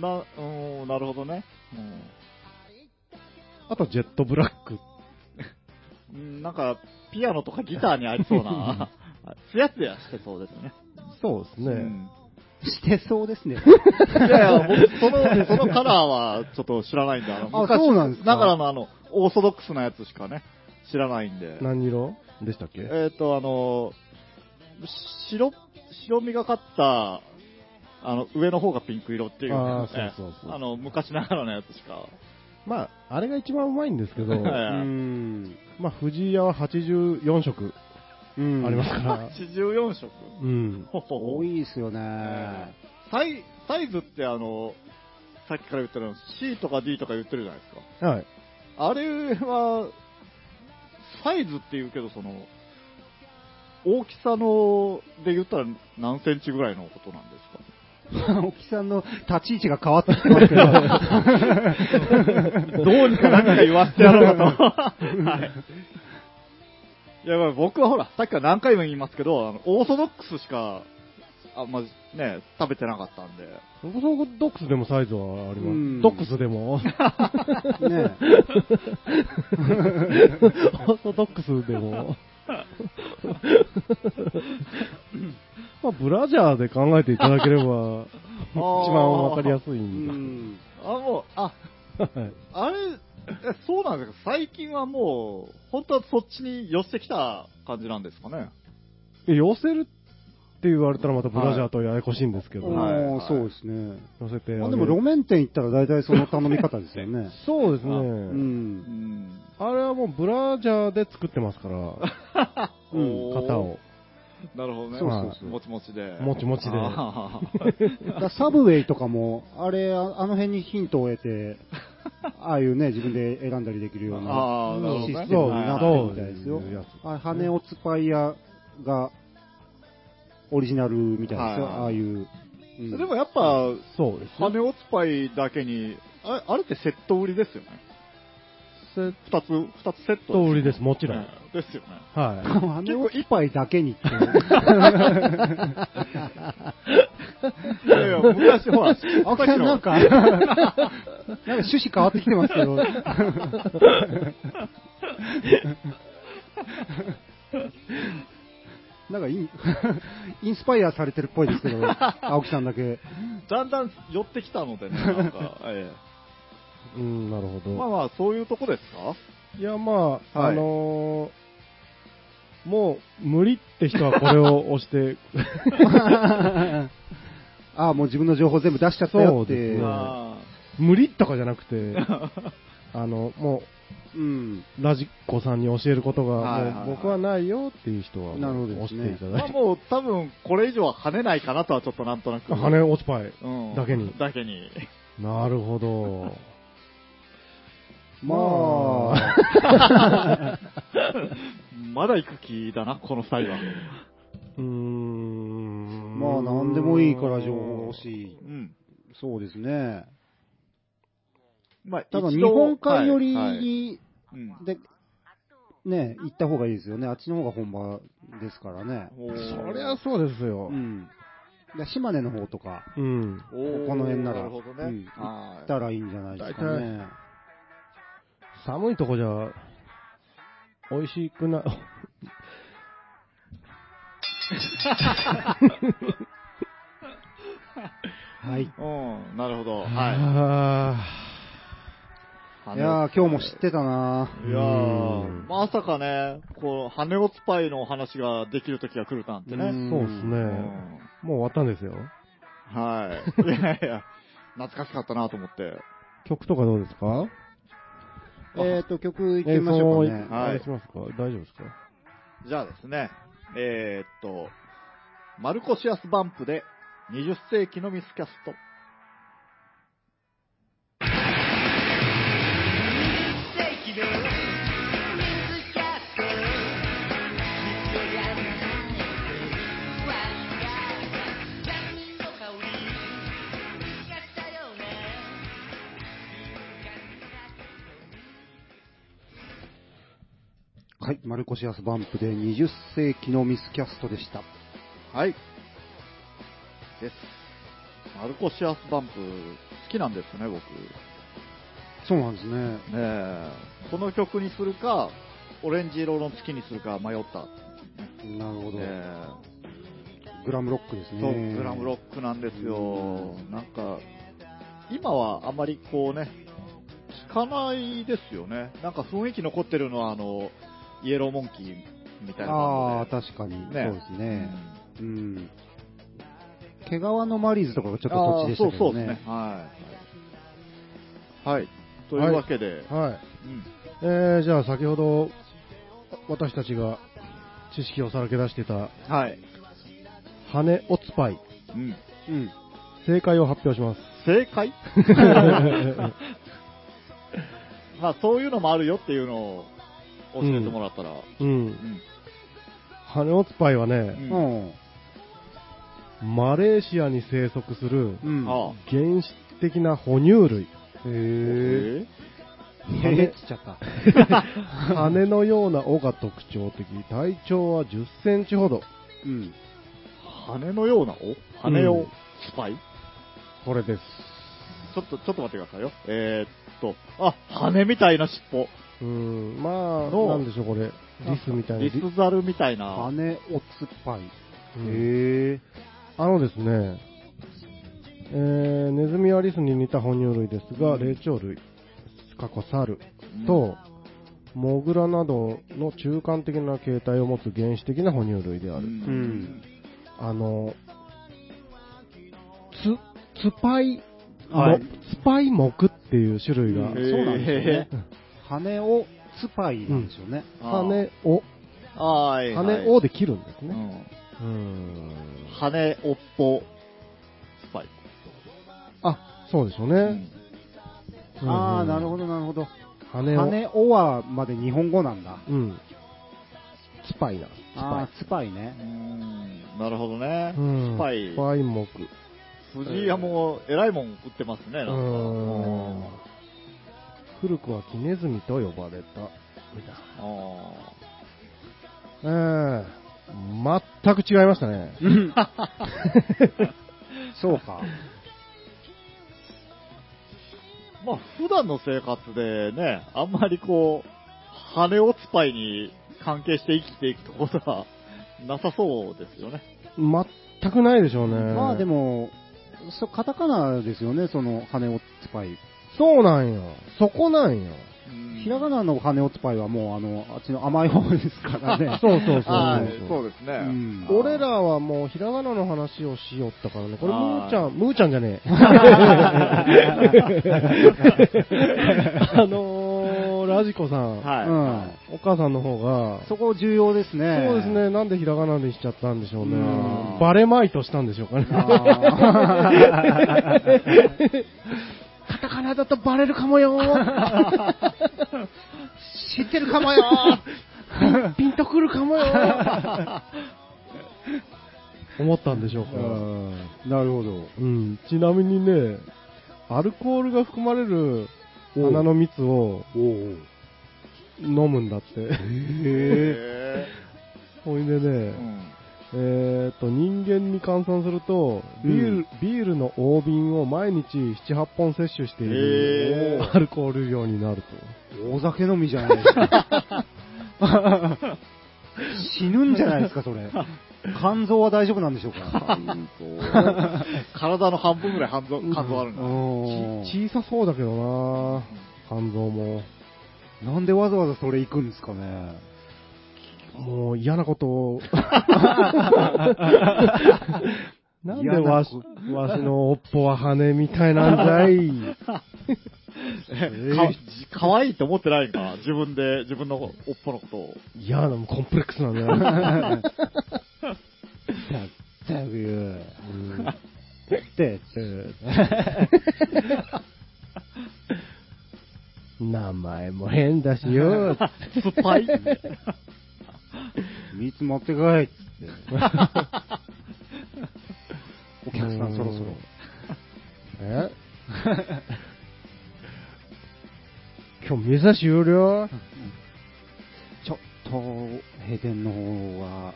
な、うーん、なるほどね。
あとジェットブラック。
うん、なんか、ピアノとかギターに合いそうな、つやつやしてそうですね。
そうですね。
うん
してそうですね。
いやいや、僕、その、そのカラーはちょっと知らないんだ。
あそうなんですか
だからのあの、オーソドックスなやつしかね、知らないんで。
何色でしたっけ
えっ、と、あの、白、白みがかった、あの、上の方がピンク色っていう、
あーそうそうそう
あの、昔ながらのやつしか。
まあ、あれが一番うまいんですけど、
う
はい
ん。
まあ、藤井屋は84色
うん
ありますから、
84色
うん。
ほほほ
多いですよね。
サイサイズってあの、さっきから言ってるの C とか D とか言ってるじゃないですか。
はい。
あれは、サイズって言うけど、その、大きさの、で言ったら何センチぐらいのことなんですか
青木さんの立ち位置が変わってきてますけど。
どうにか何か言わせてやろうか と。はい。いや、まあ僕はほら、さっきから何回も言いますけど、あのオーソドックスしか、あんまね、食べてなかったんで。
そこそこドックスでもサイズはあり
う
ま
ん
す。ドックスでも。
ね
オーソドックスでも。まあ、ブラジャーで考えていただければ、一番わかりやすい
えうんん
あ、もう、あ、
で。はい
あれ、えそうなんですか最近はもう、本当はそっちに寄せてきた感じなんですかね。
え寄せるって言われたらまたブラジャーとややこしいんですけど、
お
はい
ーそうですね。
寄せてあげ
ま
る
あでも路面店行ったら大体その頼み方ですよね。
そうですね。
あう
う。
うんん。
あれはもうブラジャーで作ってますから、
うん
おー
型。を。
なるほどね。
そう
そう
そう
もちもちで。
もちもちで
あ
だからサブウェイとかも、あれ、ああの辺にヒントを得て、ああいうね、自分で選んだりできるよう
ー
な
あー、なるほど
シス
ね
テムになってるみたいですよ
そうそういうや。つ
あれ羽をつパイヤがオリジナルみたいですよ、
はい
ああいう。うん
でもやっぱ、
そうですね。
羽オツパイだけに、あれあれってセット売りですよね。
セッ
二つ、二つセットです
ト
よね
売りです、もちろん
ね。です よね。
は
羽を一杯だけにっていう。
いやいや、昔 ほら、
青木さんなん か、なんか趣旨変わってきてますけど。なんかイン、 インスパイアされてるっぽいですけど、青木さんだけ。
だんだん寄ってきたのでね、なんか、え
い。うん、なるほ
えまあ
ど。
まあ、そういうとこですか
いや、まあ、
はい
あのーもう無理って人はこれを押して、
ああ、もう自分の情報全部出しちゃったよっ
そうで
て
す。ね
あ
無理とかじゃなく て、 あの、も
うん。
う、ラジコさんに教えること
はいはいは
が、
い
もう僕はないよっていう人は、
なるほど
押
で
し
す
て
ね
いた
ー
だ
まあ
いて。
もう多分これ以上は跳ねないかなとはちょっとなんとなく。
羽根落ちパイ。
うん
だけに
だけに。
なるほど。
まあ、
まだ行く気だな、この際は。
うーん。
まあ何でもいいから情報欲しい。
うん。
そうですね。
まあ、
多分
一
日
度
本海寄り
はいはい
に
うん
で、ね、行った方がいいですよね。あっちの方が本場ですからね。
おー
そりゃそうですよ
う。ん。で島根の方とか
うん。
おー
この辺なら
なるほどね。
うん
は
行
い
ったらいいんじゃないですかね。
寒いとこじゃ、美味しくな、
はい。い
うん、なるほど。は
あ
い。
やー、今日も知ってたなー
いやー
うん
まさかね、こう、羽落ちパイのお話ができる時が来るなんて
う
ね。
ん
ーそうです
う
ね。
ん
もう終わったんですよ。
はい。いやいや、懐かしかったなと思って。
曲とかどうですか
えーと、曲行きましょうか
映
ね
像。
はい
あれしますか大丈夫ですか
じゃあですね、えー、っと、マルコシアスバンプで20世紀のミスキャスト。
はい。マルコシアスバンプで20世紀のミスキャストでした。
はい。です。マルコシアスバンプ、好きなんですね、僕。
そうなんですね。
ねえこの曲にするか、オレンジ色の月にするか迷った。
なるほど。
ええ
グラムロックです
そう
ね。
グラムロックなんですよ、なんか、今はあまりこうね、聞かないですよね、なんか雰囲気残ってるのは、あのイエローモンキーみたいな
あ
の
あ、確かに。
ね
そうです
で、
ね。うん。毛皮のマリーズとかがちょっとそっちでしたけ
あーそうそう
ど
です
ね
ね、。はい。はい、というわけで、
はい。
うん
えー、じゃあ先ほど、私たちが知識をさらけ出してた、
はい
羽根おつパイ。
うん、
うん。
正解を発表します。
正解 まあ、そういうのもあるよっていうのを教えてもらったら、
うん。
うん
羽根おつパイはね、
うん
うん。
マレーシアに生息する
うん。
ああ。
原始的な哺乳類。
へえ。
え
へ
羽
えっつっちゃった。
羽のような尾が特徴的。体長は10センチほど。
うん。
羽のような尾羽
う
を
ん
スパイ、
これです。
ちょっと、ちょっと待ってくださいよ。えー、っと、あ、羽みたいな尻尾。
うーん、まあ、
の
なんでしょう、これ。リスみたいな。
リスザルみたいな。
羽おつっぱい。
うん
へえ。
あのですね、えーネズミはリスに似た哺乳類ですが、霊長類、過去猿と、モグラなどの中間的な形態を持つ原始的な哺乳類で
う
ある。
うん
ん。
あの、つ、つぱい、
はい
もつぱい目っていう種類
う
へ
が、
ん
ー
そうなんですよね。羽をつっぱいなんですよね。
羽を、
あはい、はい。
羽をで切るんです
う
ね。
ん
うーん。
羽尾っぽスパイ。
あ、そうでしょう
う
ね
ん。
ああ、なる
ど。
ほど、なるほど。
羽を、
羽おはまで日本語なんだ。
うん。スパイな。ス
あ
パ
あ、つっぱい ね。
うんなるほどね
イ。。うん
スパ
ス
イ。
パイ目。
藤井屋もえらいもん売ってますね、なん
う
か。
ーん。古くはキネズミと呼ばれた。みたい
あー
な。ええ。全く違いましたね。
そうか。
まあ、普段の生活でね、あんまりこう、羽をスパイに関係して生きていくことはなさそうですよね。
全くないでしょうね。
まあで。も、そカタカナですよね、その羽をつっぱい。
そうなんよ。そこなんよ。
ひらが
な
なの羽をつっぱいはもう、あの、あっちの甘い方ですからね。
そうそう
あ
そう
ー
そ。
そううです
う
ね。
ん
俺らはもうひらがなの話をしよったからね。これ、ムーちゃ
あー
ん、ムーちゃんじゃねえ。あのー、ラジコさん。
はい。
うん
はい
お母さんの方が、そ
そこ重要ですね。
うで すね、 なんでひらがなにしちゃったんでしょうね
うん。
バレまいとしたんでしょうかね。
あ
カタカナだとバレるかもよ
ー。知ってるかもよ
ピンとくるかもよ 思ったんでしょうか。
なるほど。
うん、ちなみにね、アルコールが含まれる花の蜜を
おう
飲むんだって。
へえ。
へ
ほいで
ーう
ね、
ん
えーっと、人間に換算すると、ビール、
うん
ビールの大瓶を毎日7、8本摂取してい
へ
る
ー
アルコール量になると。
お酒飲みじゃないですか。 死ぬんじゃないですか、それ。肝臓は大丈夫なんでしょうか。
肝臓 体の半分ぐらい肝臓肝臓あるんだ。
おー
ち小さそうだけどな肝臓も。
なんでわざわざそれ行くんですかね。
もう嫌なことを。なんでわし、わしのおっぽは羽みたいなんだい。
かかわいいって思ってないんか自分で、自分のおっぽのことを。
嫌な、もうコンプレックスなんだよ。
全く。
うん
で、
名前も変だしよ。
スパ イ
三つ持ってこ いっつって。お客さんそ ろそろ。
え今日店終了
ちょっと、閉店の方は、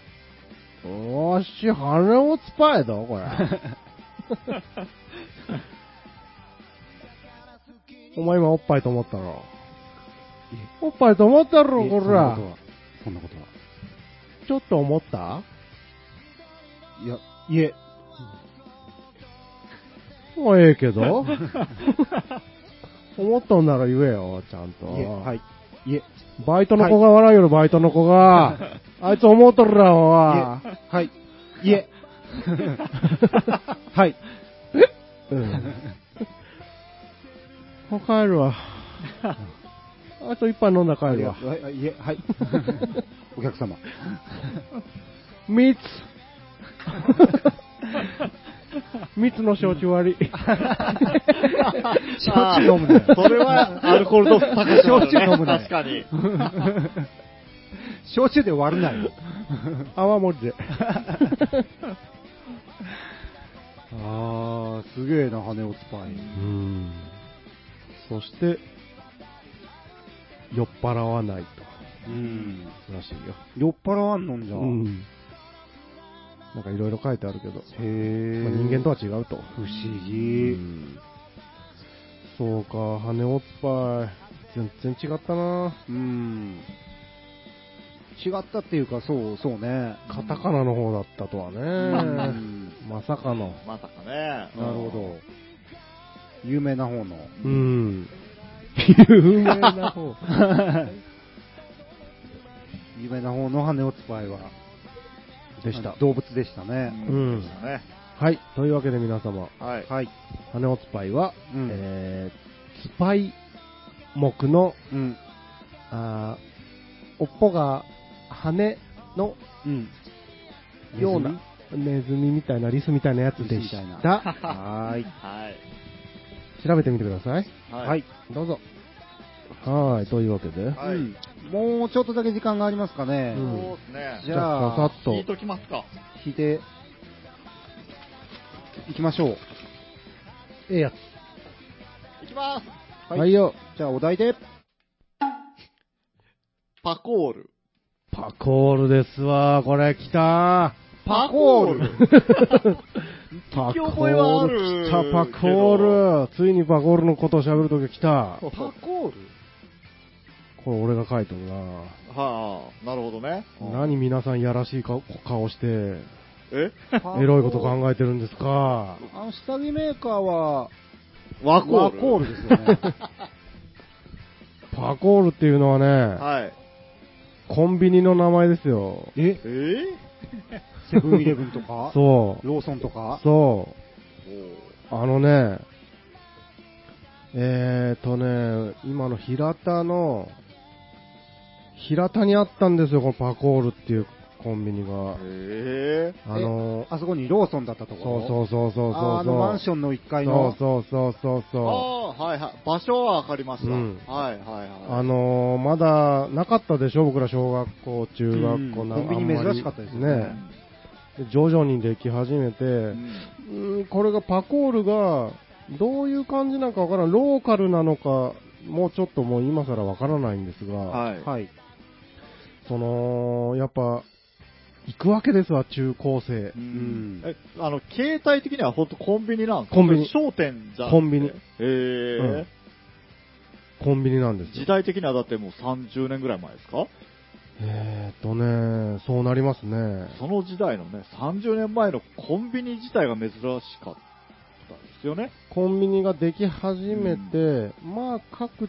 おーし、羽をつぱえだ、これ。 お前今おっぱいと思ったろ。おっぱいと思ったろ、
え
こら。
そんなことは。
ちょっと思った
そんなことは。いや、いえ、
もうええけど。 思ったんなら言えよ、ちゃんと。
いえ、はい。いえ、いえ、
バイトの子が笑うよ、バイトの子が。あいつ思うとるら、おい。
はい。いえ、 はい。
うんもう帰るわ。あと一杯飲んだら帰るわ。
はいいえ、 はい。お客様。
蜜 蜜の焼酎 割り。
焼酎飲むね
あーそれはアルコール度数高くなるね
焼酎飲むね
確かに。
焼酎で割るなよ。
泡盛で。
あー、すげえな、羽をつぱい。
うん。そして、酔っ払わない
うん。
と。らしいよ。
酔っ払わんのんじゃ。
うん。なんかいろいろ書いてあるけど、
へえ。
まあ人間とは違うと。
不思
う
議。
んそうか、羽おっぱい。全然違ったな
うん。違ったっていうか、そう、そうね。
カタカナの方だったとは
う
ね。
ん
まさかの。
まさかね。
なるほど。有名な方の。
うん。有名な方。
有名な方の羽をつぱいは。
でした。
動物でしたね。
ど
うん
でしたね。
はい。というわけで皆様、
はい。
はい。
羽おつぱいは、
うん
えー、つぱい目の、
うん。
あーおっぽが羽の
うん。
ようなネズミみたいなリスみたいなやつでし
リスみた
た。
はーい。
はい。
調べてみてください。
はい。。
どうぞ。はーい。というわけで、
はい
うんもうちょっとだけ時間がありますかね。
う
そうんですね。
じゃあ
さっ
聞
と
いときますか。
引いて、いきましょう。
ええやつ。
いきます。
はい
はいよ。
じゃあお題で。
パコール。
パコールですわ。これ来た
パコール。
パ
き覚えはある
来た、パコール。ついにパコールのことを喋るとき来た。
パコール
これ俺が書いてるな。
はあ、なるほどね。
何皆さんやらしい顔顔して、エ
え
ロいこと 考えてるんですか
あの、下着メーカーは、
ワコール。
ワコールですよ ね。
パコールっていうのはね、
はい。
コンビニの名前ですよ。
え
えー、
セブンイレブンとか、
そう。
ローソンとか、
そ
おー
う。あのね、えーとね、今の平田の、平田にあったんですよ、このパコールっていうコンビニが。
え
あの、
あそこにローソンだったと
そう
ころ。
そうそうそうそうそう。
ああのマンションの1階
そ
の。
うそうそうそう
ー、
そう。
ああー、はいはい。場所はわかりました。
うん
はいはい
あ
はい。
のーまだなかったでしょ、僕ら小学校、中学校
うん
な、
コンビニ
あんまり
珍しかったですよね
で徐々にでき始めて、
う
うんこれがパコールがどういう感じなのかわからん、ローカルなのか、もうちょっともう今更わからないんですが、
はい。
はい。
そのやっぱ、行くわけですわ、中高生
う。
ん
え、あの、携帯的には本当コンビニなんですか
コンビニ
それ商店じゃん。
コンビニ
へえ
うんコンビニなんです
時
よ。
代的にはだってもう30年ぐらい前ですか
えーっとね、そうなりますね。
その時代のね、30年前のコンビニ自体が珍しかったですよね。
コンビニができ始めて、まあ各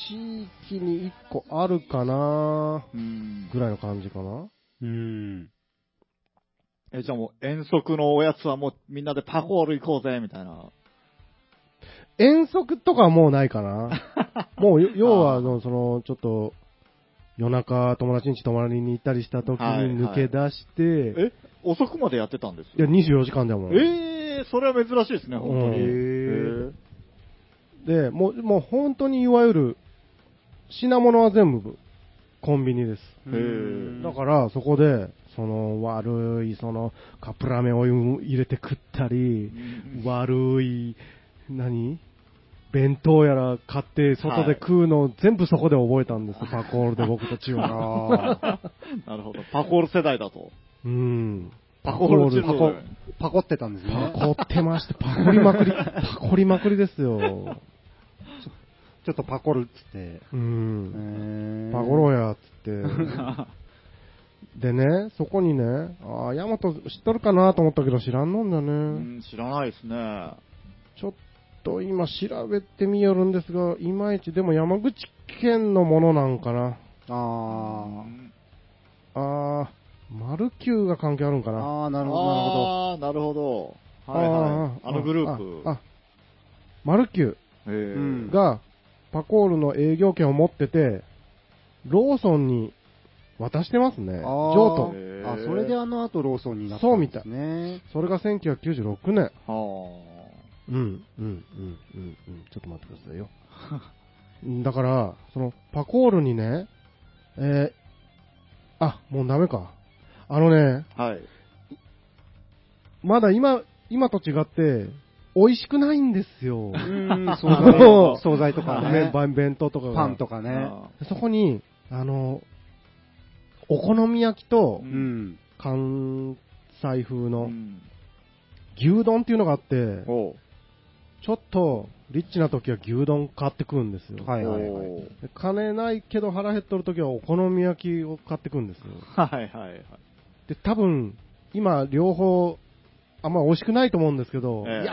地域に1個あるかな
うん
ぐらいの感じかな。
うん。
え、じゃあもう遠足のおやつはもうみんなでパコール行こうぜ、みたいな。
遠足とかはもうない かな。もうよ要は
あー
あの、その、ちょっと、夜中友達ん家泊まりに行ったりした時に
はい
抜け出して、い
え遅くまでやってたんです
や、
よ。
24時間だもん。
ええそれは珍しいですね、本当に。
うん
へえ
で、もう、もう本当にいわゆる、品物は全部コンビニです。
へ
ー
だから、そこで、その悪い、そのカップラーメンを入れて食ったり、悪い、何弁当やら買って、外で食うのを全部そこで覚えたんです、パコールで僕たちは。
なるほど。パコール世代だと。
うん。
パコールチル
パコ、パコってたんですね。
パコってまして、パコりまくり、パコりまくりですよ。
ちょっとパコるっつって。
うん。パ
パ
コろうや、つって。でね、そこにね、ああ、ヤマト知っとるかなと思ったけど知らんのんだ
う
ね。
ん、知らないですね。
ちょっと今調べてみよるんですが、いまいちでも山口県のものなんかな。
あ
あー、マルキューが関係あるんか
あ。
な。
ああ、なるほど、なるほど。
あーなるほど。はいはい。あのグループ。
ああマルキュ
へえ
うん
ーがパコールの営業権を持ってて、ローソンに渡してますね。
あー
譲
へー
あ、それであの後ローソンになった
そうんみ
で
た
す
い
ね。
渡。それが1996年。
はあ。
うん、うん、うん、うん、うん、ちょっと待ってくださいよ。だから、その、パコールにね、えーあ、もうダメか。あのね、
はい。
まだ今、今と違って、美味しくないんですよ。
うん、惣
そ
菜
う
惣菜とかね
ね、、ば弁当とかが
パンとかね。
そこに、あの、お好み焼きと
う
う
んん。
関西風
う
の
ん。
牛丼っていうのがあって、
おう
ちょっとリッチな時は牛丼買ってくるんですよ。
はいはいはい。
おう
で金ないけど腹減っとる時はお好み焼きを買ってくるんですよ。
はいはいはい。
で、多分、今両方、あんま美味しくないと思うんですけど、
え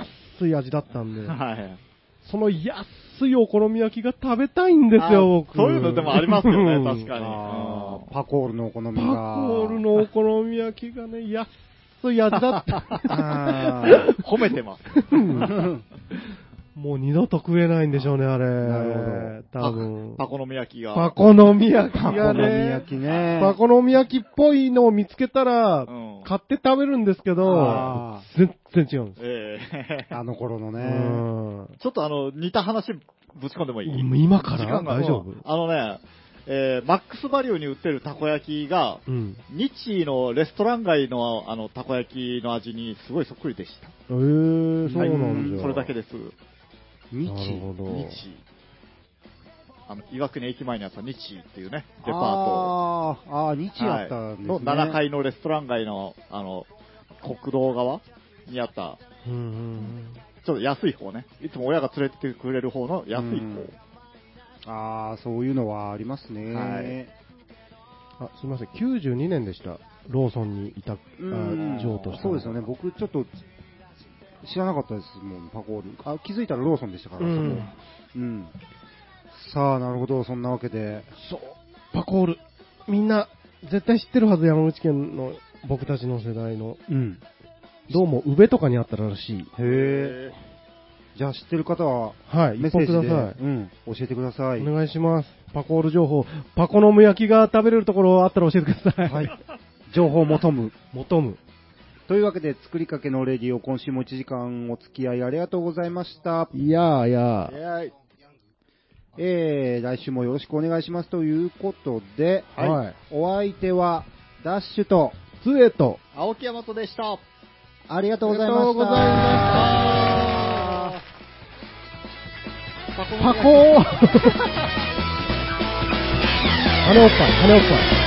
安い味だったんで、
はい。
その安いお好み焼きが食べたいんですよ、
あ
僕。
そういうのでもありますよ
う
ね、
ん
確かに。
あー
うん
パコールのお好みが。
パコールのお好み焼きがね、安い味だった。
あ
褒めてます。
ー。
もう二度と食えないんでしょうね、あれ。
なる
ほ多分。
パコのみ焼きが。
パコのみ焼き
パコ の
が
み焼
ね。
きね。
パコのみ焼きっぽいのを見つけたら
う、ん
買って食べるんですけど
あ、
全然違うんです。
ええ
あの頃の
う
ね。
ん
ちょっとあの、似た話ぶち込んでもいい
今か
時
ら
間が
大丈
う
夫
んあのね、えーマックスバリューに売ってるたこ焼きが、
うん。
日ーのレストラン街のあのたこ焼きの味にすごいそっくりでした。
えー、そうなん
う
じ
ん
ゃ。
それだけです。日
日
なるほど。
ー。あの、岩国駅前にあった日ーっていうね、デパート。
あーあー、日あったんですね。
の7階のレストラン街の、あの、国道側にあった、
うんうん
ちょっと安い方ね。いつも親が連れてってくれる方の安い
うんああ、そういうのはありますね。
はい
あ、すみません、92年でした。ローソンにいた、あ
うん
譲渡した。
そうですよね。。僕ちょっと知らなかったですもん、パコール。あ気づいたらローソンでしたから、
う
そ
ん
こうん。さあ、なるほど、そんなわけで。
そう、パコール。みんな、絶対知ってるはず、山口県の僕たちの世代の。
うん。
どうも、宇部とかにあったらしい。
へえ。
方。
じゃあ知ってる方は、
はい、
メッ
一
セージ
本く
で、
ださい。
うん、教えてください。
お願いします。パコール情報。パコのむ焼きが食べれるところあったら教えてください。
はい。情報を求む。
求む。
というわけで、作りかけのレディオ、今週も1時間お付き合いありがとうございました。
いやーいや
えー
えー、来週もよろしくお願いしますということで、
ー。はい。
お相手は、ダッシュと、
つえと。
青木山とでした。
ありがとうございました。
ありがとうございま
あ
パコー羽おっぱい、羽おっぱい。